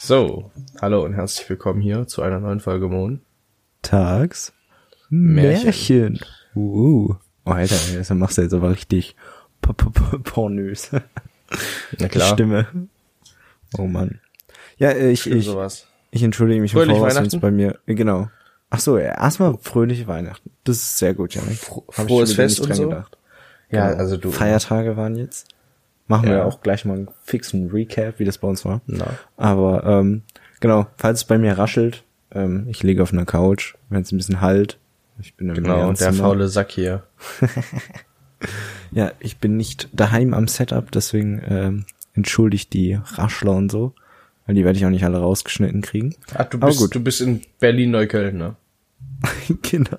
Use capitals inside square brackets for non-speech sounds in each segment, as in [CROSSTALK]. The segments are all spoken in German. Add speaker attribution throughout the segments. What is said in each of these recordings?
Speaker 1: So, hallo und herzlich willkommen hier zu einer neuen Folge Moon.
Speaker 2: Tags.
Speaker 1: Märchen.
Speaker 2: Märchen. Uh. Oh, Alter, das machst du jetzt aber richtig p- p- p- pornös.
Speaker 1: Na
Speaker 2: Die Stimme. Oh Mann. Ja, äh, ich,
Speaker 1: Für
Speaker 2: ich,
Speaker 1: sowas.
Speaker 2: ich entschuldige mich im
Speaker 1: Fröhliche
Speaker 2: Voraus, wenn's
Speaker 1: Weihnachten.
Speaker 2: bei mir. äh, Genau. Ach so, ja, erstmal fröhliche Weihnachten. Das ist sehr gut, Janik.
Speaker 1: Fro-
Speaker 2: Hab ich
Speaker 1: frohes
Speaker 2: schon wieder
Speaker 1: Fest
Speaker 2: nicht
Speaker 1: und so. Ja,
Speaker 2: Genau.
Speaker 1: also du.
Speaker 2: Feiertage waren jetzt. Machen
Speaker 1: Ja.
Speaker 2: wir auch gleich mal einen fixen Recap, wie das bei uns war.
Speaker 1: Na.
Speaker 2: Aber ähm, genau, falls es bei mir raschelt, ähm, ich liege auf einer Couch, wenn es ein bisschen halt. Ich bin im
Speaker 1: Genau, der
Speaker 2: Lehrerzimmer.
Speaker 1: faule Sack hier.
Speaker 2: Ja, ich bin nicht daheim am Setup, deswegen ähm, entschuldigt die Raschler und so, weil die werde ich auch nicht alle
Speaker 1: [LAUGHS]
Speaker 2: rausgeschnitten kriegen.
Speaker 1: Ach, Ah, du
Speaker 2: Aber
Speaker 1: bist,
Speaker 2: gut.
Speaker 1: du bist in Berlin-Neukölln, ne?
Speaker 2: genau.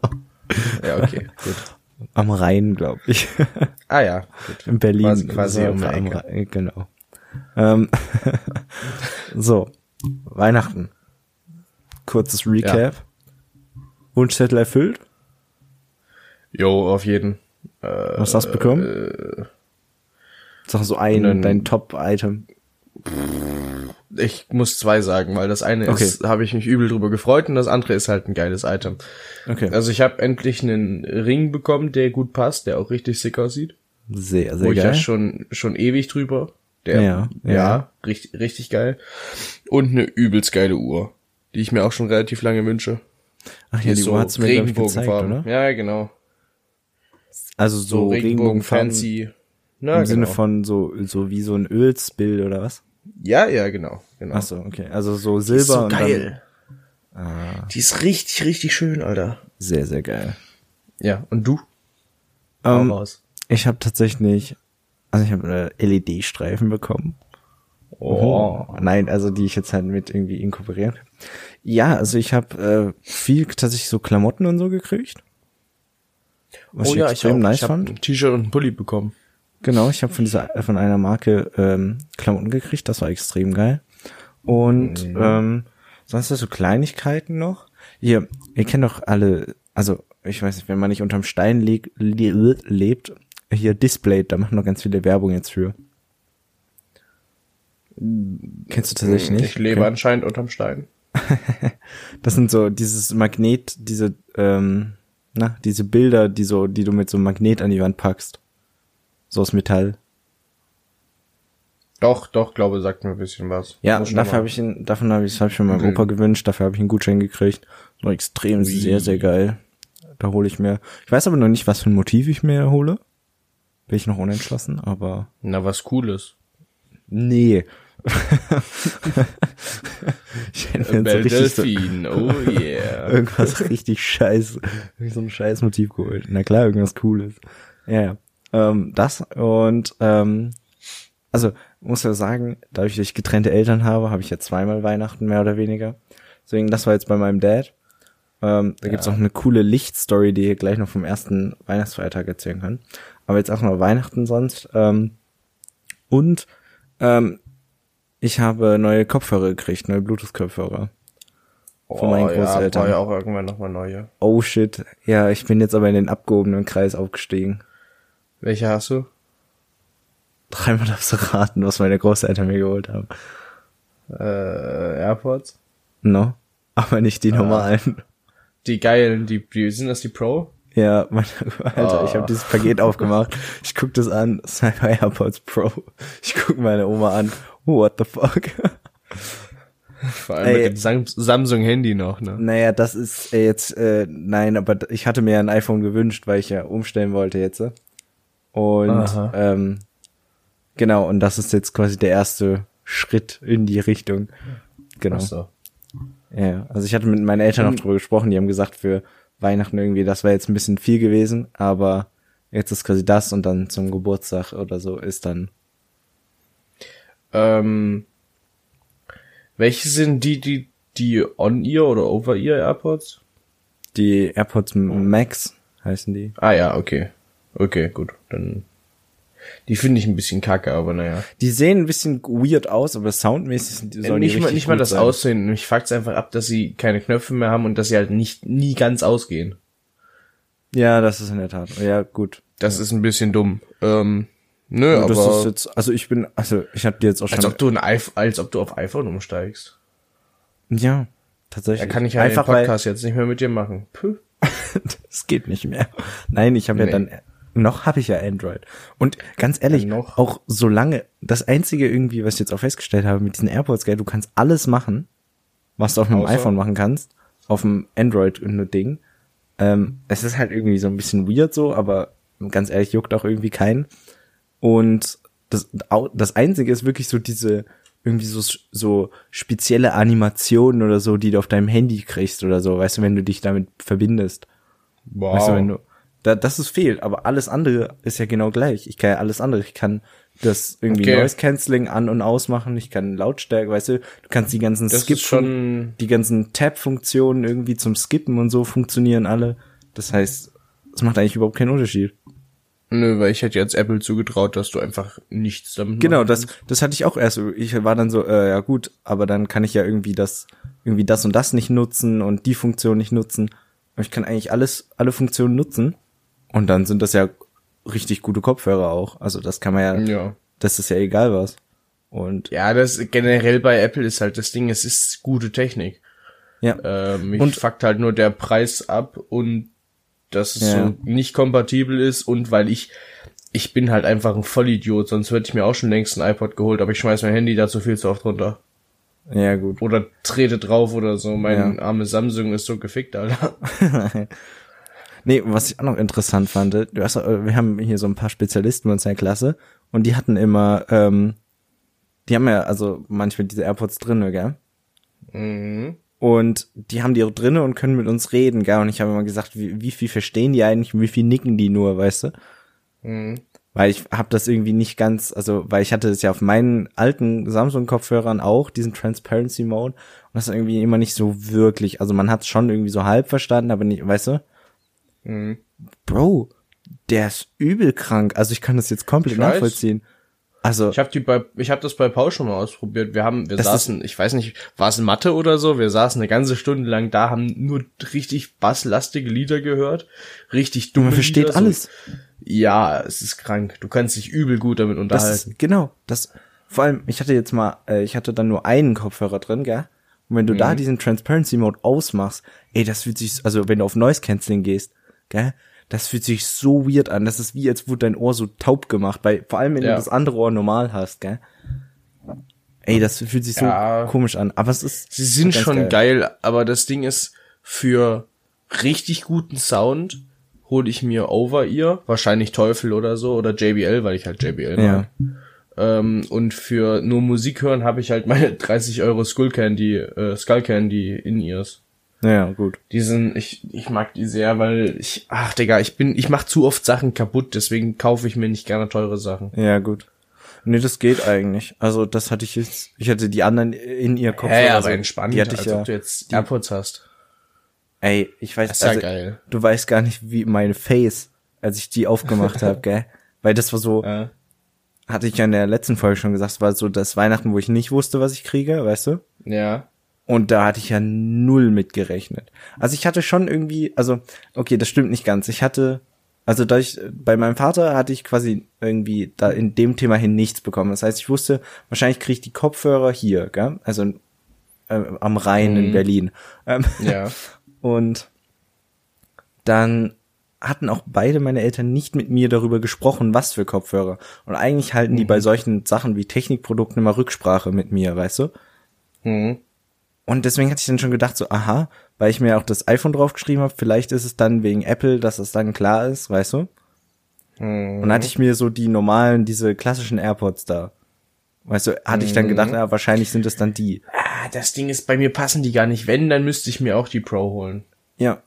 Speaker 1: Ja,
Speaker 2: [LAUGHS]
Speaker 1: okay, gut.
Speaker 2: Am Rhein, glaube ich. [LAUGHS]
Speaker 1: Ah ja, gut.
Speaker 2: In Berlin.
Speaker 1: Quasi, quasi
Speaker 2: So,
Speaker 1: um die
Speaker 2: am
Speaker 1: Ecke.
Speaker 2: Rhein, Genau. Ähm, [LAUGHS] so, Weihnachten. Kurzes Recap. Wunschzettel erfüllt.
Speaker 1: Jo, auf jeden. Äh,
Speaker 2: Was hast du bekommen? Sag so ein,
Speaker 1: nen-
Speaker 2: dein Top-Item.
Speaker 1: ich muss zwei sagen, weil das eine
Speaker 2: Okay.
Speaker 1: ist, habe ich mich übel drüber gefreut und das andere ist halt ein geiles Item.
Speaker 2: Okay.
Speaker 1: Also ich habe endlich einen Ring bekommen, der gut passt, der auch richtig sick aussieht.
Speaker 2: sehr,
Speaker 1: wo
Speaker 2: sehr
Speaker 1: ich ja
Speaker 2: geil.
Speaker 1: schon schon ewig drüber. Der,
Speaker 2: Ja,
Speaker 1: ja,
Speaker 2: ja.
Speaker 1: ja, richtig, richtig geil. Und eine übelst geile Uhr, die ich mir auch schon relativ lange wünsche.
Speaker 2: Ach ja, die Uhr hat's mir, glaub ich, gezeigt, oder?
Speaker 1: Ja, genau.
Speaker 2: Also so, Regenbogen, fancy.
Speaker 1: fancy.
Speaker 2: Im
Speaker 1: Na,
Speaker 2: Sinne
Speaker 1: genau.
Speaker 2: von so, so wie so ein Ölspill oder was?
Speaker 1: Ja, ja, genau. genau.
Speaker 2: Ach so, okay. Also so Silber.
Speaker 1: so
Speaker 2: und dann- Ah.
Speaker 1: geil. Die ist richtig, richtig schön, Alter.
Speaker 2: Sehr, sehr geil.
Speaker 1: Ja, und du? Hau
Speaker 2: Ähm,
Speaker 1: raus.
Speaker 2: ich habe tatsächlich, also ich habe äh, LED-Streifen bekommen.
Speaker 1: Oh.
Speaker 2: Nein, also die ich jetzt halt mit irgendwie inkorporieren kann. Ja, also ich habe äh, viel tatsächlich so Klamotten und so gekriegt. Was
Speaker 1: oh
Speaker 2: ich
Speaker 1: ja, ich,
Speaker 2: extrem
Speaker 1: auch.
Speaker 2: nice
Speaker 1: ich habe
Speaker 2: fand.
Speaker 1: ein T-Shirt und einen Pulli bekommen.
Speaker 2: Genau, ich habe von dieser von einer Marke ähm, Klamotten gekriegt, das war extrem geil. Und
Speaker 1: Mhm.
Speaker 2: ähm, sonst so Kleinigkeiten noch. Ihr, ihr kennt doch alle, also ich weiß nicht, wenn man nicht unterm Stein le le lebt, hier Display, da machen noch ganz viele Werbung jetzt für. Kennst du tatsächlich nicht?
Speaker 1: Mhm, Ich lebe halt- anscheinend unterm Stein.
Speaker 2: Das sind so dieses Magnet, diese ähm, na, diese Bilder, die so, die du mit so einem Magnet an die Wand packst. So aus Metall.
Speaker 1: Doch, doch, glaube, sagt mir ein bisschen was.
Speaker 2: Ja,
Speaker 1: Muss schon
Speaker 2: dafür
Speaker 1: mal-
Speaker 2: habe ich ihn, davon habe ich, das habe ich mir meinem Opa gewünscht, dafür habe ich einen Gutschein gekriegt. War extrem sehr, sehr geil. Da hole ich mir. Ich weiß aber noch nicht, was für ein Motiv ich mir hole. Bin ich noch unentschlossen, aber.
Speaker 1: Na, was Cooles.
Speaker 2: Nee. [LAUGHS] ich hätte mir jetzt so
Speaker 1: Belle
Speaker 2: richtig so,
Speaker 1: Delphine, Äh, oh yeah.
Speaker 2: [LAUGHS] irgendwas richtig scheiß, irgendwie so ein scheiß Motiv geholt. Na klar, irgendwas Cooles. Ja, ja. Ähm, das und ähm, also muss ja sagen, dadurch, dass ich getrennte Eltern habe, habe ich ja zweimal Weihnachten mehr oder weniger. Deswegen, das war jetzt bei meinem Dad. Ähm, da gibt's noch eine coole Lichtstory, die ich gleich noch vom ersten Weihnachtsfeiertag erzählen kann. Aber jetzt auch noch Weihnachten sonst. Ähm, und ähm, ich habe neue Kopfhörer gekriegt, neue Bluetooth-Kopfhörer. von meinen
Speaker 1: Oh, Ja,
Speaker 2: Großeltern.
Speaker 1: brauche ja auch irgendwann nochmal neue.
Speaker 2: Oh shit. Ja, ich bin jetzt aber in den abgehobenen Kreis aufgestiegen.
Speaker 1: Welche hast du?
Speaker 2: Dreimal darfst du raten, was meine Großeltern mir geholt haben.
Speaker 1: Äh, AirPods?
Speaker 2: No? Aber nicht die normalen.
Speaker 1: Die geilen, die, die sind das die Pro?
Speaker 2: Ja, mein, Alter, ich habe
Speaker 1: Ah.
Speaker 2: dieses Paket aufgemacht. Ich guck das an. Es sind AirPods Pro. Ich guck meine Oma an. What the fuck?
Speaker 1: Vor allem
Speaker 2: Ey.
Speaker 1: mit dem Sam Samsung Handy noch, ne?
Speaker 2: Naja, das ist äh, jetzt, äh, nein, aber d- ich hatte mir ja ein iPhone gewünscht, weil ich ja umstellen wollte jetzt. äh. Und
Speaker 1: Aha.
Speaker 2: ähm, genau, und das ist jetzt quasi der erste Schritt in die Richtung. Genau.
Speaker 1: Ach so.
Speaker 2: Ja, also ich hatte mit meinen Eltern noch drüber gesprochen, die haben gesagt, für Weihnachten irgendwie, das wäre jetzt ein bisschen viel gewesen, aber jetzt ist quasi das und dann zum Geburtstag oder so ist dann.
Speaker 1: Ähm, welche sind die, die, die On-Ear oder Over-Ear AirPods?
Speaker 2: Die AirPods Max heißen die.
Speaker 1: Ah ja, okay. Okay, gut, dann. Die finde ich ein bisschen kacke, aber naja.
Speaker 2: Die sehen ein bisschen weird aus, aber soundmäßig sind die sollen die
Speaker 1: nicht mal,
Speaker 2: richtig
Speaker 1: nicht mal
Speaker 2: gut
Speaker 1: das
Speaker 2: sein.
Speaker 1: Aussehen. Mich fuckt's einfach ab, dass sie keine Knöpfe mehr haben und dass sie halt nicht, nie ganz ausgehen.
Speaker 2: Ja, das ist in der Tat. Ja, gut.
Speaker 1: Das ist ein bisschen dumm. Ähm, nö,
Speaker 2: Und
Speaker 1: aber
Speaker 2: das ist jetzt, also ich bin, also ich habe die jetzt auch schon.
Speaker 1: als ob du ein iPhone, als ob du auf iPhone umsteigst.
Speaker 2: Ja, tatsächlich.
Speaker 1: Da kann ich ja
Speaker 2: Einfach
Speaker 1: den
Speaker 2: weil-
Speaker 1: Podcast jetzt nicht mehr mit dir machen. Puh.
Speaker 2: [LAUGHS] das geht nicht mehr. Nein, ich habe
Speaker 1: Nee.
Speaker 2: ja dann noch habe ich ja Android. Und ganz ehrlich,
Speaker 1: Ja, noch.
Speaker 2: auch solange das einzige irgendwie, was ich jetzt auch festgestellt habe mit diesen AirPods, gell, du kannst alles machen, was du auf einem
Speaker 1: Außer-
Speaker 2: iPhone machen kannst, auf dem Android und nur Ding. Ähm, es ist halt irgendwie so ein bisschen weird so, aber ganz ehrlich juckt auch irgendwie keinen. Und das, au- das Einzige ist wirklich so diese irgendwie so, so spezielle Animationen oder so, die du auf deinem Handy kriegst oder so, weißt du, wenn du dich damit verbindest.
Speaker 1: Wow.
Speaker 2: Weißt du, wenn du, da, das ist fehlt, aber alles andere ist ja genau gleich. Ich kann ja alles andere. Ich kann das irgendwie
Speaker 1: Okay.
Speaker 2: Noise Cancelling an- und ausmachen. Ich kann Lautstärke, weißt du, du kannst die ganzen
Speaker 1: Das
Speaker 2: Skip
Speaker 1: ist schon-
Speaker 2: die ganzen Tab-Funktionen irgendwie zum Skippen und so funktionieren alle. Das heißt, es macht eigentlich überhaupt keinen Unterschied.
Speaker 1: Nö, weil ich hätte jetzt Apple zugetraut, dass du einfach nichts damit
Speaker 2: Genau,
Speaker 1: machen
Speaker 2: das, das hatte ich auch erst. Ich war dann so, äh, ja gut, aber dann kann ich ja irgendwie das, irgendwie das und das nicht nutzen und die Funktion nicht nutzen. Und ich kann eigentlich alles, alle Funktionen nutzen. Und dann sind das ja richtig gute Kopfhörer auch. Also das kann man ja,
Speaker 1: Ja.
Speaker 2: das ist ja egal was. Und
Speaker 1: Ja, das generell bei Apple ist halt das Ding, es ist gute Technik.
Speaker 2: ja,
Speaker 1: Ähm, mich
Speaker 2: Und-
Speaker 1: fuckt halt nur der Preis ab und dass es
Speaker 2: Ja.
Speaker 1: so nicht kompatibel ist und weil ich, ich bin halt einfach ein Vollidiot, sonst hätte ich mir auch schon längst ein iPod geholt, aber ich schmeiß mein Handy dazu viel zu oft runter.
Speaker 2: ja gut.
Speaker 1: Oder trete drauf oder so. Mein
Speaker 2: Ja.
Speaker 1: arme Samsung ist so gefickt, Alter.
Speaker 2: Nee, und was ich auch noch interessant fand, du hast, äh, wir haben hier so ein paar Spezialisten bei uns in der Klasse und die hatten immer, ähm, die haben ja also manchmal diese AirPods drin, gell?
Speaker 1: Mhm.
Speaker 2: Und die haben die auch drinne und können mit uns reden, gell? Und ich habe immer gesagt, wie, wie viel verstehen die eigentlich und wie viel nicken die nur, weißt du?
Speaker 1: Mhm.
Speaker 2: Weil ich habe das irgendwie nicht ganz, also weil ich hatte das ja auf meinen alten Samsung-Kopfhörern auch, diesen Transparency Mode, und das ist irgendwie immer nicht so wirklich, also man hat es schon irgendwie so halb verstanden, aber nicht, weißt du?
Speaker 1: Mhm.
Speaker 2: Bro, der ist übel krank, also ich kann das jetzt komplett
Speaker 1: Ich weiß.
Speaker 2: nachvollziehen. Also,
Speaker 1: Ich habe die bei, ich habe das bei Paul schon mal ausprobiert. Wir haben, wir
Speaker 2: Das
Speaker 1: saßen, ich weiß nicht, war es Mathe oder so? Wir saßen eine ganze Stunde lang da, haben nur richtig basslastige Lieder gehört, richtig dumme
Speaker 2: man versteht
Speaker 1: Lieder, so-
Speaker 2: alles.
Speaker 1: Ja, es ist krank. Du kannst dich übel gut damit
Speaker 2: Das
Speaker 1: unterhalten.
Speaker 2: ist, genau, das, vor allem, ich hatte jetzt mal, äh, ich hatte dann nur einen Kopfhörer drin, gell? Und wenn du
Speaker 1: Mhm.
Speaker 2: da diesen Transparency Mode ausmachst, ey, das fühlt sich, also wenn du auf Noise Cancelling gehst, gell? Das fühlt sich so weird an. Das ist wie, als würde dein Ohr so taub gemacht, bei, vor allem, wenn
Speaker 1: Ja.
Speaker 2: du das andere Ohr normal hast, gell? Ey, das fühlt sich so
Speaker 1: Ja.
Speaker 2: komisch an, aber es ist.
Speaker 1: Sie sind
Speaker 2: ganz
Speaker 1: schon geil. aber das Ding ist, für richtig guten Sound hole ich mir Over Ear, wahrscheinlich Teufel oder so, oder JBL, weil ich halt JBL mag.
Speaker 2: Ja.
Speaker 1: Ähm, und für nur Musik hören habe ich halt meine [LAUGHS] 30 Euro Skull Candy, äh, Skull Candy in ears.
Speaker 2: Ja, gut.
Speaker 1: Die sind, ich, ich mag die sehr, weil ich, ach Digga, ich bin, ich mach zu oft Sachen kaputt, deswegen kaufe ich mir nicht gerne teure Sachen.
Speaker 2: Ja, gut. Nee, das geht eigentlich. Also, das hatte ich jetzt, ich hatte die anderen in ihr Kopfhörer. also, Die hatte
Speaker 1: halt,
Speaker 2: ich
Speaker 1: als
Speaker 2: ja.
Speaker 1: ob du jetzt AirPods hast.
Speaker 2: Ey, ich weiß, also,
Speaker 1: ist ja geil.
Speaker 2: du weißt gar nicht, wie meine Face, als ich die
Speaker 1: [LAUGHS]
Speaker 2: aufgemacht habe, gell? Weil das war so,
Speaker 1: Ja.
Speaker 2: hatte ich ja in der letzten Folge schon gesagt, es war so das Weihnachten, wo ich nicht wusste, was ich kriege, weißt du?
Speaker 1: Ja.
Speaker 2: Und da hatte ich ja null mitgerechnet. Also ich hatte schon irgendwie, also, okay, das stimmt nicht ganz. Ich hatte, also dadurch, bei meinem Vater hatte ich quasi irgendwie da in dem Thema hin nichts bekommen. Das heißt, ich wusste, wahrscheinlich kriege ich die Kopfhörer hier, gell? Also äh, am Rhein in Berlin. Ähm,
Speaker 1: Mhm. Ja.
Speaker 2: und dann hatten auch beide meine Eltern nicht mit mir darüber gesprochen, was für Kopfhörer. Und eigentlich halten die bei solchen Sachen wie Technikprodukten immer Rücksprache mit mir, weißt du?
Speaker 1: Mhm.
Speaker 2: Und deswegen hatte ich dann schon gedacht, so, aha, weil ich mir auch das iPhone draufgeschrieben habe, vielleicht ist es dann wegen Apple, dass es dann klar ist, weißt du? Und dann hatte ich mir so die normalen, diese klassischen AirPods da. Weißt du, hatte ich dann gedacht, na, wahrscheinlich sind es dann die.
Speaker 1: [LAUGHS] Ah, das Ding ist, bei mir passen die gar nicht. Wenn, dann müsste ich mir auch die Pro holen.
Speaker 2: Ja.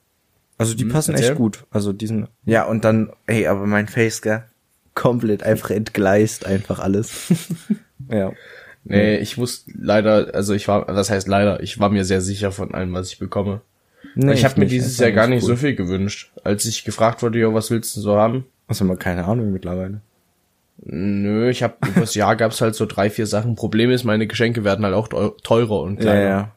Speaker 2: Also die passen
Speaker 1: Mhm, erzähl.
Speaker 2: echt gut. Also diesen. Ja, und dann, ey, aber mein Face, gell? Komplett einfach entgleist,
Speaker 1: [LAUGHS]
Speaker 2: einfach alles. ja.
Speaker 1: Nee, ich wusste leider, also ich war, was heißt leider, ich war mir sehr sicher von allem, was ich bekomme.
Speaker 2: Nee,
Speaker 1: ich habe mir dieses Jahr gar nicht
Speaker 2: so.
Speaker 1: so viel gewünscht. Als ich gefragt wurde, ja, was willst du so haben?
Speaker 2: Also mal keine Ahnung mittlerweile.
Speaker 1: Nö, ich habe übers Jahr gab's halt so drei, vier Sachen. Problem ist, meine Geschenke werden halt auch teu- teurer und kleiner.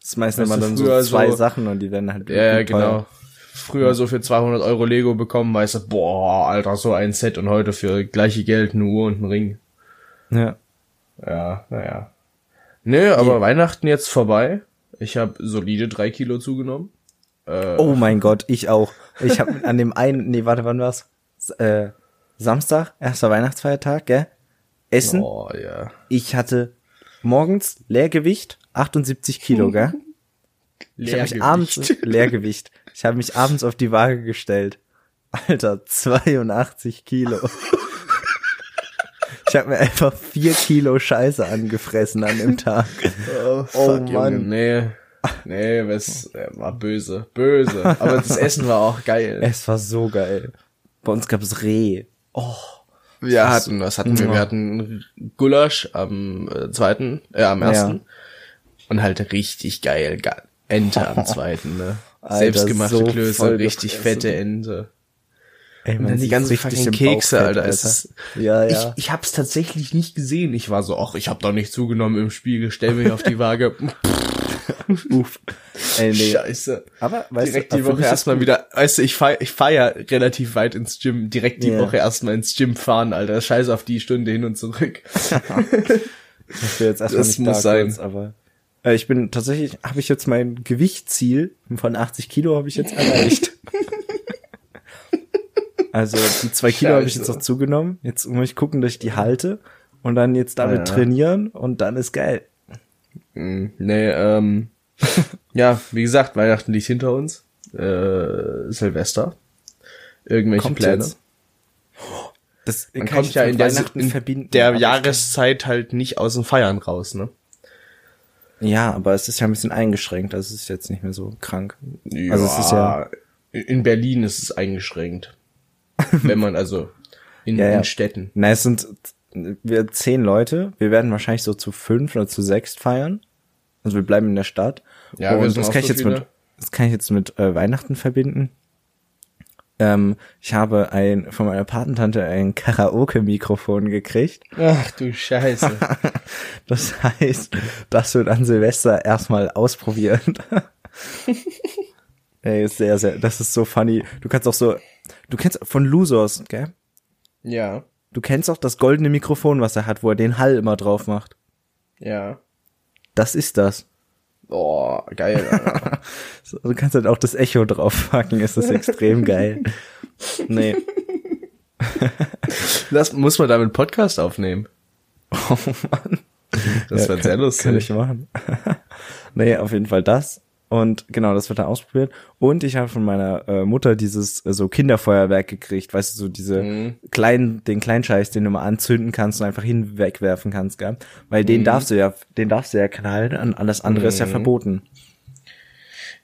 Speaker 2: Das meisten
Speaker 1: Weißt
Speaker 2: immer
Speaker 1: du,
Speaker 2: dann so
Speaker 1: Also früher
Speaker 2: zwei
Speaker 1: so-
Speaker 2: Sachen und die werden halt.
Speaker 1: Ja, ja,
Speaker 2: wirklich
Speaker 1: genau.
Speaker 2: teuer.
Speaker 1: Früher so für 200 Euro Lego bekommen, weißt du, boah, Alter, so ein Set und heute für gleiche Geld eine Uhr und einen Ring.
Speaker 2: Ja.
Speaker 1: genau. Ja, naja. Nö, aber Weihnachten jetzt vorbei. Ich habe solide drei Kilo zugenommen. Äh,
Speaker 2: Oh mein Gott, ich auch. Ich habe an dem einen, nee, warte, wann war's? S- Äh, Samstag, erster Weihnachtsfeiertag, gell? Essen.
Speaker 1: Oh ja.
Speaker 2: Ich hatte morgens Leergewicht 78
Speaker 1: [LAUGHS]
Speaker 2: Kilo, gell? Ich habe mich abends Leergewicht. Ich habe mich abends auf die Waage gestellt. Alter, 82 Kilo. Ich habe mir einfach vier Kilo Scheiße angefressen an dem Tag.
Speaker 1: Oh,
Speaker 2: fuck, Junge.
Speaker 1: Nee. Nee, es äh, war böse. Böse. Aber
Speaker 2: [LAUGHS]
Speaker 1: das Essen war auch geil.
Speaker 2: Es war so geil. Bei uns gab's Reh. Oh,
Speaker 1: Wir hatten, was hatten wir? Wir hatten Gulasch am äh, zweiten, äh, am ersten. Und halt richtig geil. Ga- Ente
Speaker 2: [LAUGHS]
Speaker 1: am zweiten, ne?
Speaker 2: Alter,
Speaker 1: Selbstgemachte
Speaker 2: so voll
Speaker 1: Klöße, richtig
Speaker 2: gefressen.
Speaker 1: fette Ente.
Speaker 2: Ey,
Speaker 1: Und dann die
Speaker 2: sieht's
Speaker 1: ganzen fucking
Speaker 2: im
Speaker 1: Kekse,
Speaker 2: Bauchfett,
Speaker 1: Alter. Es ist,
Speaker 2: Ja, ja.
Speaker 1: Ich, ich hab's tatsächlich nicht gesehen. Ich war so, ach, ich hab doch nicht zugenommen im Spiegel, stell mich auf die
Speaker 2: [LAUGHS]
Speaker 1: Waage.
Speaker 2: Uff. Ey, nee.
Speaker 1: Scheiße.
Speaker 2: Aber, weißt du,
Speaker 1: direkt
Speaker 2: für
Speaker 1: die Woche
Speaker 2: mich ist
Speaker 1: erstmal wieder, weißt du, ich feier, ich feier relativ weit ins Gym, direkt die
Speaker 2: Ja.
Speaker 1: Woche erstmal ins Gym fahren, Alter. Scheiß auf die Stunde hin und zurück.
Speaker 2: Ich will jetzt erstmal
Speaker 1: Das
Speaker 2: nicht
Speaker 1: muss
Speaker 2: Dark
Speaker 1: sein.
Speaker 2: Lords, aber äh, ich bin tatsächlich, habe ich jetzt mein Gewichtsziel von 80 Kilo habe
Speaker 1: [LAUGHS]
Speaker 2: ich jetzt erreicht. also die zwei Kilo habe ich jetzt
Speaker 1: Scheiße.
Speaker 2: noch zugenommen. Jetzt muss ich gucken, dass ich die halte und dann jetzt damit
Speaker 1: Ja.
Speaker 2: trainieren und dann ist geil.
Speaker 1: Hm, nee, ähm,
Speaker 2: [LAUGHS]
Speaker 1: ja, wie gesagt, Weihnachten liegt hinter uns. Äh, Silvester. Irgendwelche
Speaker 2: Kommt
Speaker 1: Pläne.
Speaker 2: jetzt. Das
Speaker 1: Man kommt ja in der, in der
Speaker 2: aber ich-
Speaker 1: Jahreszeit halt nicht aus dem Feiern raus, ne?
Speaker 2: Ja, aber es ist ja ein bisschen eingeschränkt. Also es ist jetzt nicht mehr so krank.
Speaker 1: Ja,
Speaker 2: Also es ist ja.
Speaker 1: in Berlin ist es
Speaker 2: [LAUGHS]
Speaker 1: eingeschränkt. Wenn man also in,
Speaker 2: Ja, ja.
Speaker 1: in Städten.
Speaker 2: Na, es sind äh, wir zehn Leute. Wir werden wahrscheinlich so zu fünf oder zu sechs feiern. Also wir bleiben in der Stadt.
Speaker 1: Ja, wir
Speaker 2: Und
Speaker 1: sind
Speaker 2: das
Speaker 1: auch
Speaker 2: kann ich
Speaker 1: so
Speaker 2: jetzt
Speaker 1: viele.
Speaker 2: mit das kann ich jetzt mit äh, Weihnachten verbinden. Ähm, ich habe ein von meiner Patentante ein Karaoke-Mikrofon gekriegt.
Speaker 1: Ach du Scheiße.
Speaker 2: Das [LAUGHS] heißt, das wird an Silvester
Speaker 1: [LAUGHS]
Speaker 2: erstmal ausprobiert. Ey, ist sehr, sehr, das ist so funny. Du kannst auch so, du kennst von Losers, gell?
Speaker 1: [LAUGHS] ja,
Speaker 2: Du kennst auch das goldene Mikrofon, was er hat, wo er den Hall immer drauf macht.
Speaker 1: ja.
Speaker 2: Das ist das.
Speaker 1: Oh, geil. Alter.
Speaker 2: So, Du kannst halt auch das Echo draufpacken, ist das extrem geil. Nee.
Speaker 1: [LAUGHS]
Speaker 2: [LAUGHS]
Speaker 1: das muss man damit Podcast aufnehmen.
Speaker 2: Oh Mann.
Speaker 1: Das
Speaker 2: Ja,
Speaker 1: wird sehr
Speaker 2: kann- Kann ich
Speaker 1: lustig.
Speaker 2: machen. [LAUGHS] nee, auf jeden Fall das. Und genau, das wird da ausprobiert. Und ich habe von meiner äh, Mutter dieses äh, so Kinderfeuerwerk gekriegt, weißt du, so diese kleinen, den kleinen Scheiß, den du mal anzünden kannst und einfach hinwegwerfen kannst, gell? Weil den darfst du ja, den darfst du ja knallen, an- alles andere ist ja verboten.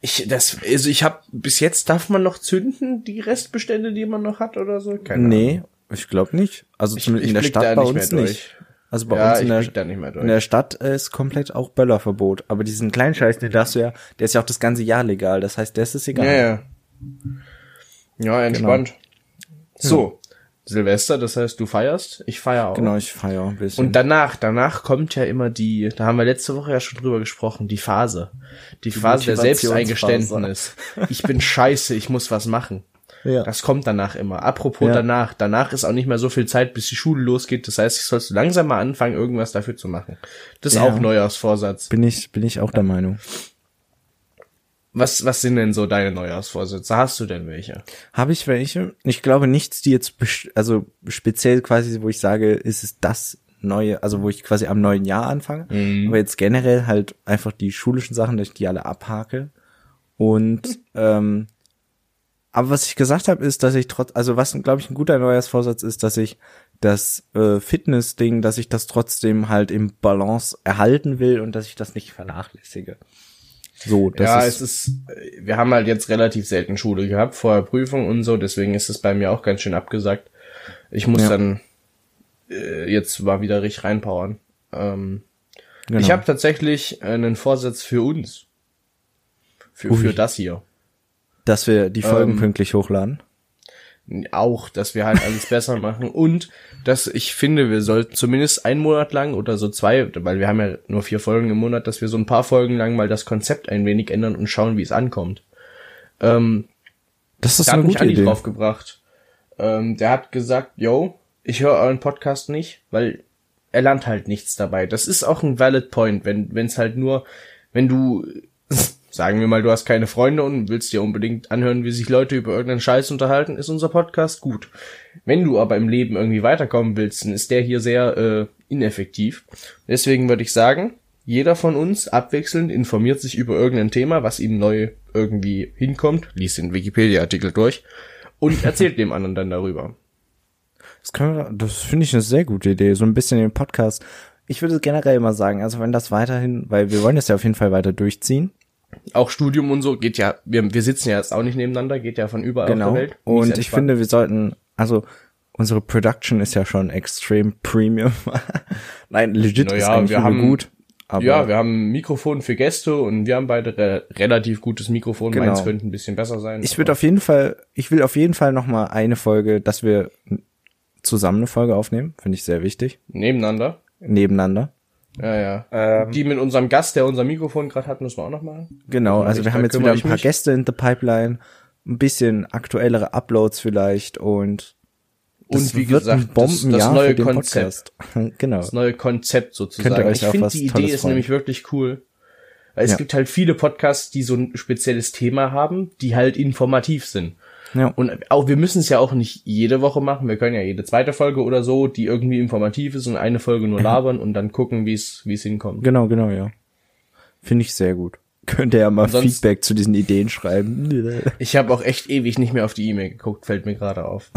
Speaker 1: Ich, das, also ich habe bis jetzt darf man noch zünden die Restbestände, die man noch hat oder so. Keine Ahnung.
Speaker 2: Nee, ich glaube nicht. Also zumindest
Speaker 1: ich
Speaker 2: in der
Speaker 1: blick da
Speaker 2: Stadt bei
Speaker 1: nicht mehr
Speaker 2: uns
Speaker 1: durch.
Speaker 2: nicht. Also bei
Speaker 1: Ja,
Speaker 2: uns in
Speaker 1: ich
Speaker 2: der,
Speaker 1: blick da nicht mehr durch.
Speaker 2: in der Stadt ist komplett auch Böllerverbot. Aber diesen kleinen Scheiß, den darfst du ja, der ist ja auch das ganze Jahr legal. Das heißt, der ist es egal.
Speaker 1: Ja, ja.
Speaker 2: Genau.
Speaker 1: Ja, entspannt. So, Silvester, das heißt, du feierst, ich feier auch.
Speaker 2: Genau, ich feiere auch ein bisschen.
Speaker 1: Und danach, danach kommt ja immer die, da haben wir letzte Woche ja schon drüber gesprochen, die Phase. Die, Phase der
Speaker 2: Motivationsphase.
Speaker 1: Selbsteingeständnis. Ich bin scheiße, ich muss was machen.
Speaker 2: Ja.
Speaker 1: Das kommt danach immer. Apropos
Speaker 2: Ja.
Speaker 1: danach, danach ist auch nicht mehr so viel Zeit, bis die Schule losgeht. Das heißt, ich sollst langsam mal anfangen, irgendwas dafür zu machen. Das ist
Speaker 2: Ja.
Speaker 1: auch Neujahrsvorsatz.
Speaker 2: bin ich, bin ich auch der Meinung.
Speaker 1: Was, was sind denn so deine Neujahrsvorsätze? Hast du denn welche?
Speaker 2: Habe ich welche? Ich glaube nichts, die jetzt, best- also speziell quasi, wo ich sage, ist es das neue, also wo ich quasi am neuen Jahr anfange.
Speaker 1: Mhm.
Speaker 2: Aber jetzt generell halt einfach die schulischen Sachen, dass ich die alle abhake. Und, ähm, aber was ich gesagt habe, ist, dass ich trotz, also was, glaube ich, ein guter Neujahrsvorsatz ist, dass ich das äh, Fitness-Ding, dass ich das trotzdem halt im Balance erhalten will und dass ich das nicht vernachlässige. So, das
Speaker 1: ja,
Speaker 2: ist,
Speaker 1: es ist, äh, wir haben halt jetzt relativ selten Schule gehabt, vorher Prüfung und so, deswegen ist es bei mir auch ganz schön abgesagt. Ich muss
Speaker 2: Ja.
Speaker 1: dann äh, jetzt mal wieder richtig reinpowern. Ähm,
Speaker 2: genau.
Speaker 1: Ich habe tatsächlich einen Vorsatz für uns. Für,
Speaker 2: Ui.
Speaker 1: für das hier.
Speaker 2: dass wir die Folgen
Speaker 1: Ähm,
Speaker 2: pünktlich hochladen.
Speaker 1: Auch, dass wir halt alles besser machen und dass ich finde, wir sollten zumindest einen Monat lang oder so zwei, weil wir haben ja nur vier Folgen im Monat, dass wir so ein paar Folgen lang mal das Konzept ein wenig ändern und schauen, wie es ankommt. Ähm,
Speaker 2: Das ist
Speaker 1: Da hat
Speaker 2: eine
Speaker 1: mich
Speaker 2: gute
Speaker 1: Andi
Speaker 2: Idee.
Speaker 1: draufgebracht. Ähm, der hat gesagt, yo, ich höre euren Podcast nicht, weil er lernt halt nichts dabei. Das ist auch ein valid point, wenn es halt nur, wenn du [LAUGHS] Sagen wir mal, du hast keine Freunde und willst dir unbedingt anhören, wie sich Leute über irgendeinen Scheiß unterhalten, ist unser Podcast gut. Wenn du aber im Leben irgendwie weiterkommen willst, dann ist der hier sehr äh, ineffektiv. Deswegen würde ich sagen, jeder von uns abwechselnd informiert sich über irgendein Thema, was ihm neu irgendwie hinkommt, liest den Wikipedia-Artikel durch und erzählt dem anderen dann darüber.
Speaker 2: Das, können wir, das finde ich eine sehr gute Idee. So ein bisschen den Podcast. Ich würde generell immer sagen, also wenn das weiterhin, weil wir wollen das ja auf jeden Fall weiter durchziehen.
Speaker 1: Auch Studium und so geht ja, wir, wir sitzen ja jetzt auch nicht nebeneinander, geht ja von überall auf der Welt. Mies
Speaker 2: Genau. Und ich
Speaker 1: entspannt.
Speaker 2: finde, wir sollten, also unsere Production ist ja schon extrem [LAUGHS] Premium. Nein, legit ist
Speaker 1: Naja,
Speaker 2: eigentlich
Speaker 1: wir
Speaker 2: wir
Speaker 1: haben-
Speaker 2: gut. Aber
Speaker 1: ja, wir haben ein Mikrofon für Gäste und wir haben beide re relativ gutes Mikrofon.
Speaker 2: Genau.
Speaker 1: Meins könnte ein bisschen besser sein.
Speaker 2: ich würde auf jeden Fall, ich will auf jeden Fall noch mal eine Folge, dass wir zusammen eine Folge aufnehmen, finde ich sehr wichtig,
Speaker 1: nebeneinander.
Speaker 2: nebeneinander.
Speaker 1: Ja, ja.
Speaker 2: Ähm.
Speaker 1: Die mit unserem Gast, der unser Mikrofon gerade hat, müssen wir auch noch machen.
Speaker 2: Genau, also wir
Speaker 1: da
Speaker 2: haben jetzt
Speaker 1: kümmere
Speaker 2: wieder ein
Speaker 1: ich
Speaker 2: paar
Speaker 1: mich.
Speaker 2: Gäste in the Pipeline, ein bisschen aktuellere Uploads vielleicht und
Speaker 1: Und
Speaker 2: das
Speaker 1: wie
Speaker 2: wird ein
Speaker 1: gesagt, das,
Speaker 2: Bombenjahr
Speaker 1: das neue
Speaker 2: für den
Speaker 1: Konzept.
Speaker 2: Podcast. [LAUGHS] genau.
Speaker 1: Das neue Konzept sozusagen.
Speaker 2: Könnt ihr euch
Speaker 1: ich
Speaker 2: auf
Speaker 1: finde
Speaker 2: was
Speaker 1: die Idee
Speaker 2: Tolles
Speaker 1: ist
Speaker 2: freuen.
Speaker 1: nämlich wirklich cool. Weil es
Speaker 2: Ja.
Speaker 1: gibt halt viele Podcasts, die so ein spezielles Thema haben, die halt informativ sind.
Speaker 2: Ja.
Speaker 1: Und auch, wir müssen es ja auch nicht jede Woche machen. Wir können ja jede zweite Folge oder so, die irgendwie informativ ist und eine Folge nur labern und dann gucken, wie es, wie es hinkommt.
Speaker 2: Genau, genau, ja. Finde ich sehr gut. [LAUGHS] Könnt ihr ja mal
Speaker 1: Sonst-
Speaker 2: Feedback zu diesen Ideen schreiben.
Speaker 1: [LAUGHS] Ich habe auch echt ewig nicht mehr auf die E-Mail geguckt, fällt mir gerade
Speaker 2: [LAUGHS]
Speaker 1: auf.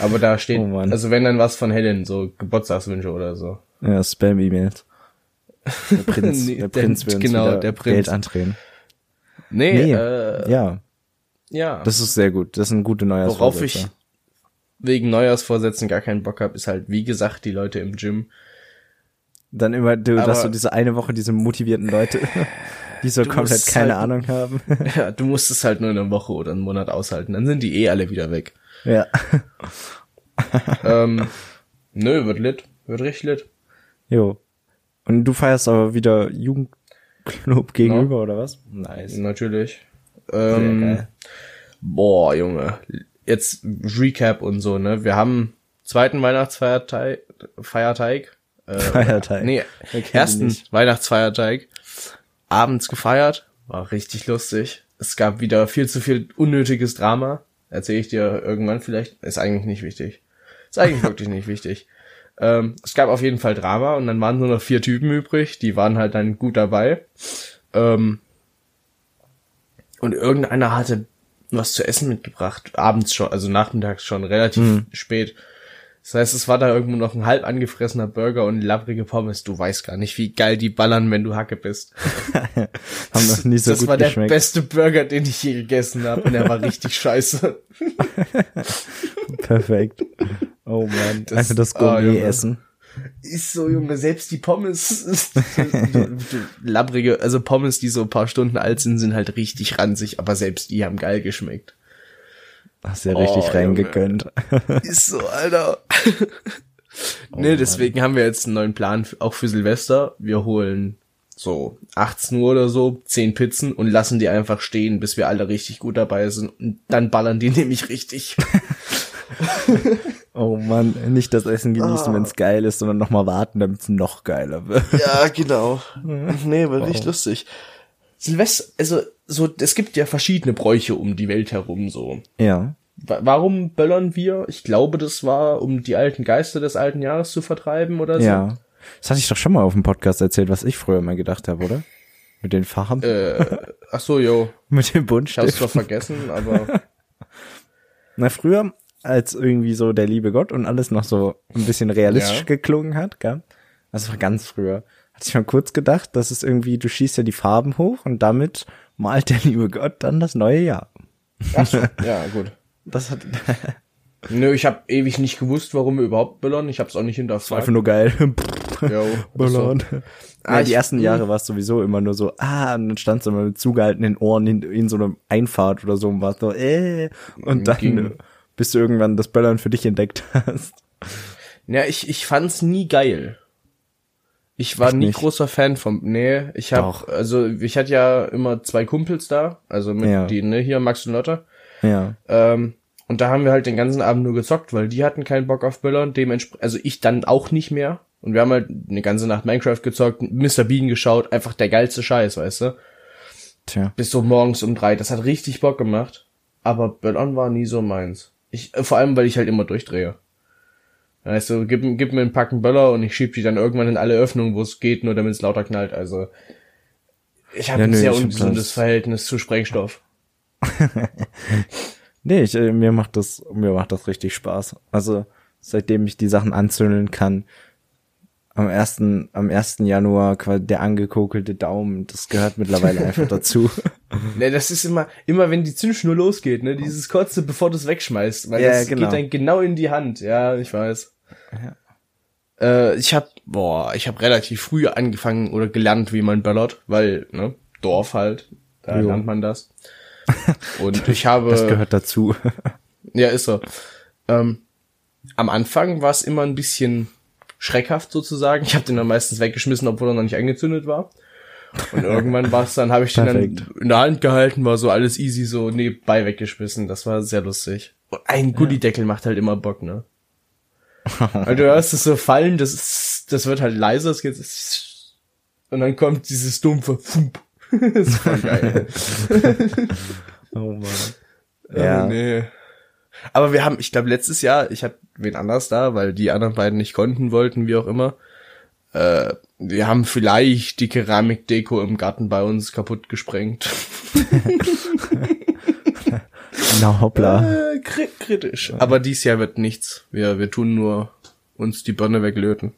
Speaker 1: Aber da steht,
Speaker 2: Oh Mann.
Speaker 1: also wenn dann was von Helen, so Geburtstagswünsche oder so.
Speaker 2: ja, Spam-E-Mails. Der
Speaker 1: [LAUGHS]
Speaker 2: Prinz,
Speaker 1: Nee,
Speaker 2: der
Speaker 1: der-
Speaker 2: Prinz will uns
Speaker 1: genau,
Speaker 2: wieder
Speaker 1: der Prinz.
Speaker 2: Geld andrehen.
Speaker 1: Nee,
Speaker 2: Nee,
Speaker 1: Äh,
Speaker 2: ja,
Speaker 1: ja.
Speaker 2: das ist sehr gut. Das sind gute Neujahrsvorsätze.
Speaker 1: Worauf ich wegen Neujahrsvorsätzen gar keinen Bock habe, ist halt, wie gesagt, die Leute im
Speaker 2: [LAUGHS]
Speaker 1: Gym.
Speaker 2: Dann immer, du,
Speaker 1: Aber-
Speaker 2: dass du diese eine Woche diese motivierten Leute, [LAUGHS] die so komplett
Speaker 1: musst
Speaker 2: keine
Speaker 1: halt-
Speaker 2: Ahnung haben. [LAUGHS]
Speaker 1: Ja, du musst es halt nur eine Woche oder einen Monat aushalten, dann sind die eh alle wieder weg.
Speaker 2: ja.
Speaker 1: ähm, nö, wird lit. Wird richtig lit.
Speaker 2: Jo. Und du feierst aber wieder Jugendclub gegenüber, oder was? Nice.
Speaker 1: Natürlich.
Speaker 2: Sehr
Speaker 1: Ähm,
Speaker 2: geil.
Speaker 1: boah, Junge. Jetzt Recap und so, ne? Wir haben zweiten Weihnachtsfeierteig. Feierteig. Äh,
Speaker 2: Feierteig.
Speaker 1: Nee,
Speaker 2: Wer kennt ihn
Speaker 1: ersten
Speaker 2: nicht?
Speaker 1: Weihnachtsfeierteig. Abends gefeiert. War richtig lustig. Es gab wieder viel zu viel unnötiges Drama. Erzähle ich dir irgendwann vielleicht. Ist eigentlich nicht wichtig. Ist
Speaker 2: [LAUGHS]
Speaker 1: eigentlich wirklich nicht wichtig. Ähm, es gab auf jeden Fall Drama und dann waren nur noch vier Typen übrig. Die waren halt dann gut dabei. Ähm, und irgendeiner hatte was zu essen mitgebracht. Abends schon, also nachmittags schon, relativ
Speaker 2: Hm.
Speaker 1: spät. Das heißt, es war da irgendwo noch ein halb angefressener Burger und labbrige Pommes. Du weißt gar nicht, wie geil die ballern, wenn du Hacke bist.
Speaker 2: Haben noch nie so
Speaker 1: das
Speaker 2: gut
Speaker 1: war
Speaker 2: geschmeckt.
Speaker 1: der beste Burger, den ich je gegessen habe. Und
Speaker 2: [LAUGHS]
Speaker 1: der war richtig scheiße.
Speaker 2: Perfekt. Oh man,
Speaker 1: Das-
Speaker 2: einfach das
Speaker 1: ah, Junge.
Speaker 2: Gourmet-Essen.
Speaker 1: Ist so, Junge, selbst die Pommes. [LAUGHS] Ist, labbrige, also Pommes, die so ein paar Stunden alt sind, sind halt richtig ranzig, aber selbst die haben geil geschmeckt.
Speaker 2: Hast ja
Speaker 1: Oh,
Speaker 2: richtig
Speaker 1: Junge.
Speaker 2: reingegönnt.
Speaker 1: Ist so, [LAUGHS] Alter. ne, deswegen haben wir jetzt einen neuen Plan, f- auch für Silvester. Wir holen so 18 Uhr oder so, 10 Pizzen und lassen die einfach stehen, bis wir alle richtig gut dabei sind. Und dann ballern die [LAUGHS] nämlich richtig.
Speaker 2: Oh man, nicht das Essen
Speaker 1: Ah.
Speaker 2: genießen, wenn's wenn es geil ist, sondern nochmal warten, damit es noch geiler wird.
Speaker 1: ja, [LAUGHS] genau. Nee, war richtig lustig. Silvester, also, so, es gibt ja verschiedene Bräuche um die Welt herum, so.
Speaker 2: [LAUGHS] Ja.
Speaker 1: Wa- Warum böllern wir? Ich glaube, das war, um die alten Geister des alten Jahres zu vertreiben oder so.
Speaker 2: Ja. Das hatte ich doch schon mal auf dem Podcast erzählt, was ich früher mal gedacht habe, oder? Mit den Farben,
Speaker 1: Äh, ach so, jo.
Speaker 2: mit dem
Speaker 1: Ich hab's
Speaker 2: Buntstift.
Speaker 1: [LAUGHS] zwar vergessen, aber
Speaker 2: Na, früher, als irgendwie so der liebe Gott und alles noch so ein bisschen realistisch
Speaker 1: Ja.
Speaker 2: geklungen hat, gell? Das war ganz früher. Hatte ich mal kurz gedacht, dass es irgendwie, du schießt ja die Farben hoch und damit malt der liebe Gott dann das neue Jahr.
Speaker 1: Ach
Speaker 2: [LAUGHS]
Speaker 1: so, ja, gut.
Speaker 2: Das hat
Speaker 1: Nö, ich habe ewig nicht gewusst, warum wir überhaupt böllern. Ich habe es auch nicht hinterfragt.
Speaker 2: [LAUGHS] einfach nur geil. [LAUGHS]
Speaker 1: Jo,
Speaker 2: Ballon.
Speaker 1: Ah,
Speaker 2: ja, die
Speaker 1: ich-
Speaker 2: ersten Jahre war es sowieso immer nur so, ah, und dann standst du immer mit zugehaltenen Ohren in, in so einer Einfahrt oder so und warst so, äh, und dann,
Speaker 1: Ging.
Speaker 2: äh, bis du irgendwann das Böllern für dich entdeckt hast.
Speaker 1: Ja, ich, ich fand's nie geil. Ich war
Speaker 2: Echt
Speaker 1: nie
Speaker 2: nicht?
Speaker 1: großer Fan vom. Nee, ich
Speaker 2: Doch.
Speaker 1: hab, also ich hatte ja immer zwei Kumpels da, also mit
Speaker 2: Ja.
Speaker 1: die, ne, hier Max und Lotta.
Speaker 2: Ja.
Speaker 1: Ähm, und da haben wir halt den ganzen Abend nur gezockt, weil die hatten keinen Bock auf Böllern, dementsprechend, also ich dann auch nicht mehr. Und wir haben halt eine ganze Nacht Minecraft gezockt, Mr. Bean geschaut, einfach der geilste Scheiß, weißt du?
Speaker 2: Tja.
Speaker 1: bis so morgens um drei. Das hat richtig Bock gemacht. Aber Böllern war nie so meins. Ich, äh, vor allem, weil ich halt immer durchdrehe. Weißt du, gib, gib mir einen Packen Böller und ich schieb die dann irgendwann in alle Öffnungen, wo es geht, nur damit es lauter knallt. Also, ich habe
Speaker 2: Ja,
Speaker 1: ein
Speaker 2: nö,
Speaker 1: sehr
Speaker 2: ich hab
Speaker 1: ungesundes
Speaker 2: das-
Speaker 1: Verhältnis zu Sprengstoff.
Speaker 2: Nee, ich, äh, mir macht das, mir macht das richtig Spaß. Also, seitdem ich die Sachen anzündeln kann, am 1., am 1. Januar qua- der angekokelte Daumen, das gehört mittlerweile [LAUGHS] einfach dazu.
Speaker 1: [LAUGHS] Ne, das ist immer, immer wenn die Zündschnur losgeht, ne, dieses kurze, bevor du es wegschmeißt, weil
Speaker 2: Ja,
Speaker 1: das
Speaker 2: genau.
Speaker 1: geht dann genau in die Hand. Ja, ich weiß. Äh, ich hab, boah, ich hab relativ früh angefangen oder gelernt, wie man böllert, weil, ne, Dorf halt, da
Speaker 2: Jo.
Speaker 1: lernt man
Speaker 2: [LAUGHS]
Speaker 1: das. Und ich habe,
Speaker 2: Das gehört dazu.
Speaker 1: ja, ist so. Ähm, am Anfang war es immer ein bisschen schreckhaft sozusagen. Ich habe den dann meistens weggeschmissen, obwohl er noch nicht angezündet war. Und irgendwann war es dann, habe ich den dann
Speaker 2: Perfekt.
Speaker 1: in der Hand gehalten, war so alles easy so nebenbei weggeschmissen. Das war sehr lustig. Und ein Gullideckel macht halt immer Bock, ne? Weil du hörst es so fallen, das ist, das wird halt leiser, es geht und dann kommt dieses dumpfe Fump. [LAUGHS] das ist voll geil.
Speaker 2: Oh Mann.
Speaker 1: Ja.
Speaker 2: Ja.
Speaker 1: Äh, nee. Aber wir haben, ich glaube, letztes Jahr, ich hatte wen anders da, weil die anderen beiden nicht konnten wollten, wie auch immer. Äh, wir haben vielleicht die Keramikdeko im Garten bei uns kaputt gesprengt.
Speaker 2: Na hoppla.
Speaker 1: [LAUGHS] Äh, kri kritisch. Aber dies Jahr wird nichts. Wir, wir tun nur uns die Birne weglöten.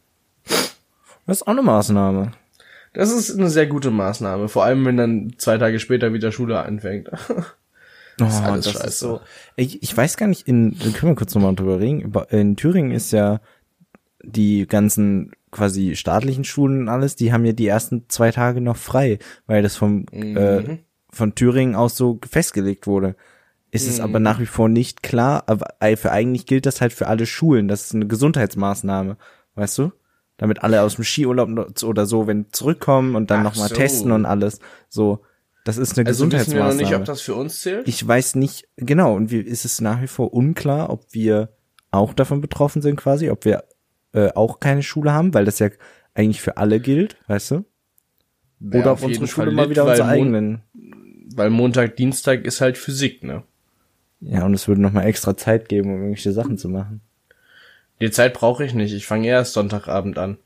Speaker 2: Das ist auch eine Maßnahme.
Speaker 1: Das ist eine sehr gute Maßnahme, vor allem wenn dann zwei Tage später wieder Schule anfängt. [LAUGHS]
Speaker 2: Oh,
Speaker 1: ist alles
Speaker 2: das
Speaker 1: scheiße.
Speaker 2: ist so. Ich, ich weiß gar nicht, in, können wir kurz nochmal drüber reden. Über- In Thüringen ist ja die ganzen quasi staatlichen Schulen und alles, die haben ja die ersten zwei Tage noch frei, weil das vom, äh,
Speaker 1: Mhm.
Speaker 2: von Thüringen aus so festgelegt wurde. Ist es
Speaker 1: Mhm.
Speaker 2: aber nach wie vor nicht klar, aber ei- für eigentlich gilt das halt für alle Schulen. Das ist eine Gesundheitsmaßnahme, weißt du? Damit alle aus dem Skiurlaub no- oder so, wenn zurückkommen und dann
Speaker 1: Ach
Speaker 2: nochmal
Speaker 1: so.
Speaker 2: testen und alles. So, das ist eine
Speaker 1: Also wissen wir
Speaker 2: Gesundheitsmaßnahme
Speaker 1: noch nicht, ob das für uns zählt.
Speaker 2: ich weiß nicht genau und wie ist es nach wie vor unklar, ob wir auch davon betroffen sind quasi, ob wir äh, auch keine Schule haben, weil das ja eigentlich für alle gilt, weißt du? Oder
Speaker 1: auf
Speaker 2: ob unsere
Speaker 1: jeden
Speaker 2: Schule
Speaker 1: Fall
Speaker 2: mal
Speaker 1: lit,
Speaker 2: wieder
Speaker 1: weil
Speaker 2: unsere
Speaker 1: Mon-
Speaker 2: eigenen.
Speaker 1: Weil Montag, Dienstag ist halt Physik, ne?
Speaker 2: Ja, und es würde nochmal extra Zeit geben, um irgendwelche Sachen zu machen.
Speaker 1: Die Zeit brauche ich nicht. Ich fange erst Sonntagabend an.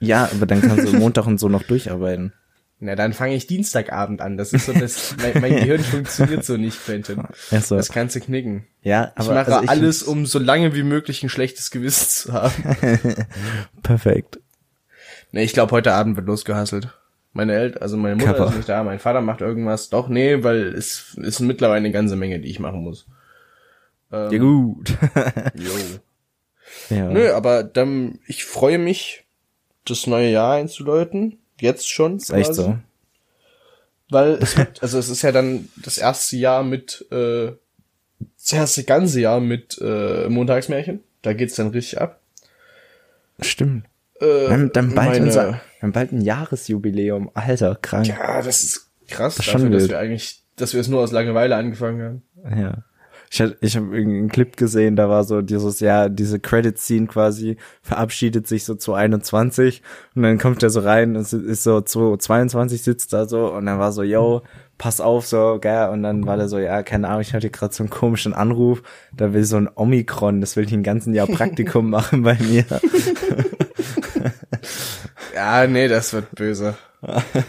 Speaker 2: Ja, aber dann kannst du Montag und so noch durcharbeiten.
Speaker 1: Na, dann fange ich Dienstagabend an. Das ist so,
Speaker 2: [LAUGHS]
Speaker 1: das, mein, mein Gehirn funktioniert so nicht, Quentin.
Speaker 2: Ach so.
Speaker 1: Das kannst du knicken.
Speaker 2: Ja,
Speaker 1: Ich
Speaker 2: aber
Speaker 1: mache
Speaker 2: also
Speaker 1: alles, um so lange wie möglich ein schlechtes Gewissen zu
Speaker 2: [LAUGHS]
Speaker 1: haben.
Speaker 2: perfekt.
Speaker 1: nee, ich glaube, heute Abend wird losgehasselt. Meine Eltern, also meine Mutter
Speaker 2: Kappa.
Speaker 1: ist nicht da, mein Vater macht irgendwas. Doch, nee, weil es ist mittlerweile eine ganze Menge, die ich machen
Speaker 2: [LAUGHS]
Speaker 1: muss.
Speaker 2: Ja gut.
Speaker 1: Jo.
Speaker 2: [LAUGHS] ja.
Speaker 1: Nö, aber dann, ich freue mich, das neue Jahr einzuläuten. Jetzt schon.
Speaker 2: ist echt so.
Speaker 1: Weil es wird, also es ist ja dann das erste Jahr mit, äh, das erste ganze Jahr mit äh, Montagsmärchen. Da geht's dann richtig ab.
Speaker 2: Stimmt.
Speaker 1: Äh,
Speaker 2: Dann, dann, bald
Speaker 1: meine-
Speaker 2: unser, dann bald ein Jahresjubiläum. Alter, krank.
Speaker 1: Ja, das ist krass
Speaker 2: ist
Speaker 1: dafür,
Speaker 2: schon
Speaker 1: dass
Speaker 2: wild.
Speaker 1: wir eigentlich, dass wir es nur aus Langeweile angefangen haben.
Speaker 2: Ja. Ich, hab- ich habe irgendeinen Clip gesehen, da war so dieses, ja, diese Credit-Scene quasi, verabschiedet sich so zu 21 und dann kommt der so rein, es ist ist so zu 22 sitzt da so und dann war so, yo, pass auf, so, gell, und dann war der so, ja, keine Ahnung, ich hatte gerade so einen komischen Anruf, da will so ein Omikron, das will ich ein ganzen Jahr Praktikum [LAUGHS] machen bei mir.
Speaker 1: Ja, nee, das wird
Speaker 2: [LAUGHS]
Speaker 1: böse.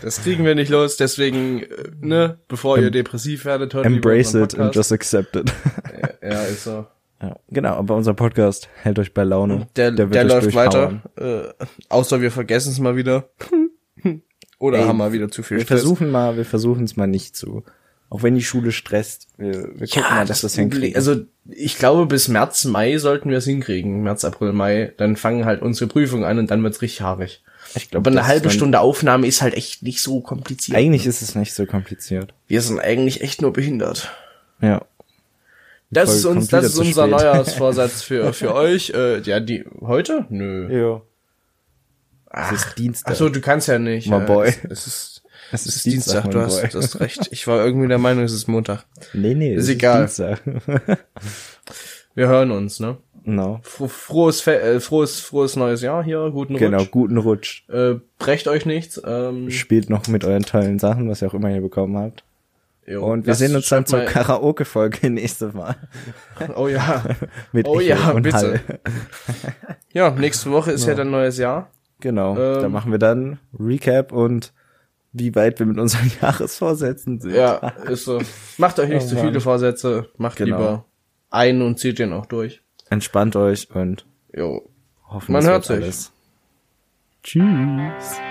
Speaker 1: Das kriegen wir nicht los, deswegen, äh, ne, bevor ihr depressiv werdet, hört lieber
Speaker 2: Embrace
Speaker 1: unseren
Speaker 2: it and
Speaker 1: Podcast.
Speaker 2: just accept it. [LAUGHS]
Speaker 1: Ja, ist so.
Speaker 2: ja, genau, aber unser Podcast hält euch bei Laune.
Speaker 1: Der, der,
Speaker 2: wird euch
Speaker 1: läuft
Speaker 2: durchhauen.
Speaker 1: weiter. Äh, außer wir vergessen es mal
Speaker 2: [LAUGHS]
Speaker 1: wieder. Oder
Speaker 2: Ey,
Speaker 1: haben mal wieder zu viel
Speaker 2: Wir
Speaker 1: Stress.
Speaker 2: versuchen mal, wir versuchen es mal nicht zu. Auch wenn die Schule stresst, wir, wir gucken mal, dass Ah, das hinkriegen.
Speaker 1: Also ich glaube, bis März, Mai sollten wir es hinkriegen. März, April, Mai. Dann fangen halt unsere Prüfungen an und dann wird's richtig haarig.
Speaker 2: ich glaub,
Speaker 1: Aber eine
Speaker 2: das
Speaker 1: halbe
Speaker 2: ist dann-
Speaker 1: Stunde Aufnahme ist halt echt nicht so kompliziert.
Speaker 2: Eigentlich ist es nicht so kompliziert.
Speaker 1: wir sind eigentlich echt nur behindert.
Speaker 2: Ja.
Speaker 1: Das
Speaker 2: Folge
Speaker 1: ist uns,
Speaker 2: kommt
Speaker 1: das
Speaker 2: wieder
Speaker 1: ist
Speaker 2: zu
Speaker 1: unser
Speaker 2: spät. [LAUGHS]
Speaker 1: Neujahrsvorsatz für für euch. Äh, ja, die heute? Nö.
Speaker 2: Ja. Es ist Dienstag.
Speaker 1: Ach so, du kannst ja nicht.
Speaker 2: My
Speaker 1: Äh,
Speaker 2: boy.
Speaker 1: Es, es ist
Speaker 2: es
Speaker 1: es ist Dienstag, du
Speaker 2: mein
Speaker 1: hast,
Speaker 2: Boy.
Speaker 1: du hast recht. Ich war irgendwie der Meinung, es ist Montag.
Speaker 2: Nee, nee, [LAUGHS]
Speaker 1: ist
Speaker 2: es
Speaker 1: egal.
Speaker 2: Dienstag.
Speaker 1: Wir hören uns, ne?
Speaker 2: Genau.
Speaker 1: Fro- Frohes, Fe äh, frohes, frohes neues Jahr hier, guten
Speaker 2: Genau,
Speaker 1: Rutsch.
Speaker 2: guten Rutsch.
Speaker 1: Äh, brecht euch nichts. Ähm,
Speaker 2: Spielt noch mit euren tollen Sachen, was ihr auch immer hier bekommen habt.
Speaker 1: jo,
Speaker 2: Und wir
Speaker 1: lasst-
Speaker 2: sehen uns dann
Speaker 1: schreibt
Speaker 2: zur
Speaker 1: mal-
Speaker 2: Karaoke-Folge [LAUGHS] nächste Mal.
Speaker 1: Oh
Speaker 2: [LAUGHS]
Speaker 1: ja.
Speaker 2: Mit
Speaker 1: Oh
Speaker 2: Echo
Speaker 1: ja,
Speaker 2: und
Speaker 1: bitte.
Speaker 2: Hall.
Speaker 1: Ja, nächste Woche ist ja dann neues Jahr.
Speaker 2: Genau.
Speaker 1: Ähm.
Speaker 2: da machen wir dann Recap und wie weit wir mit unseren [LAUGHS] Jahresvorsätzen sind.
Speaker 1: Ja, ist so. Macht euch nicht
Speaker 2: Oh
Speaker 1: zu
Speaker 2: Mann.
Speaker 1: viele Vorsätze. Macht
Speaker 2: Genau.
Speaker 1: lieber einen und zieht den auch durch.
Speaker 2: Entspannt euch und
Speaker 1: Jo.
Speaker 2: hoffen,
Speaker 1: Man
Speaker 2: das
Speaker 1: hört
Speaker 2: wird
Speaker 1: sich.
Speaker 2: Alles. Tschüss.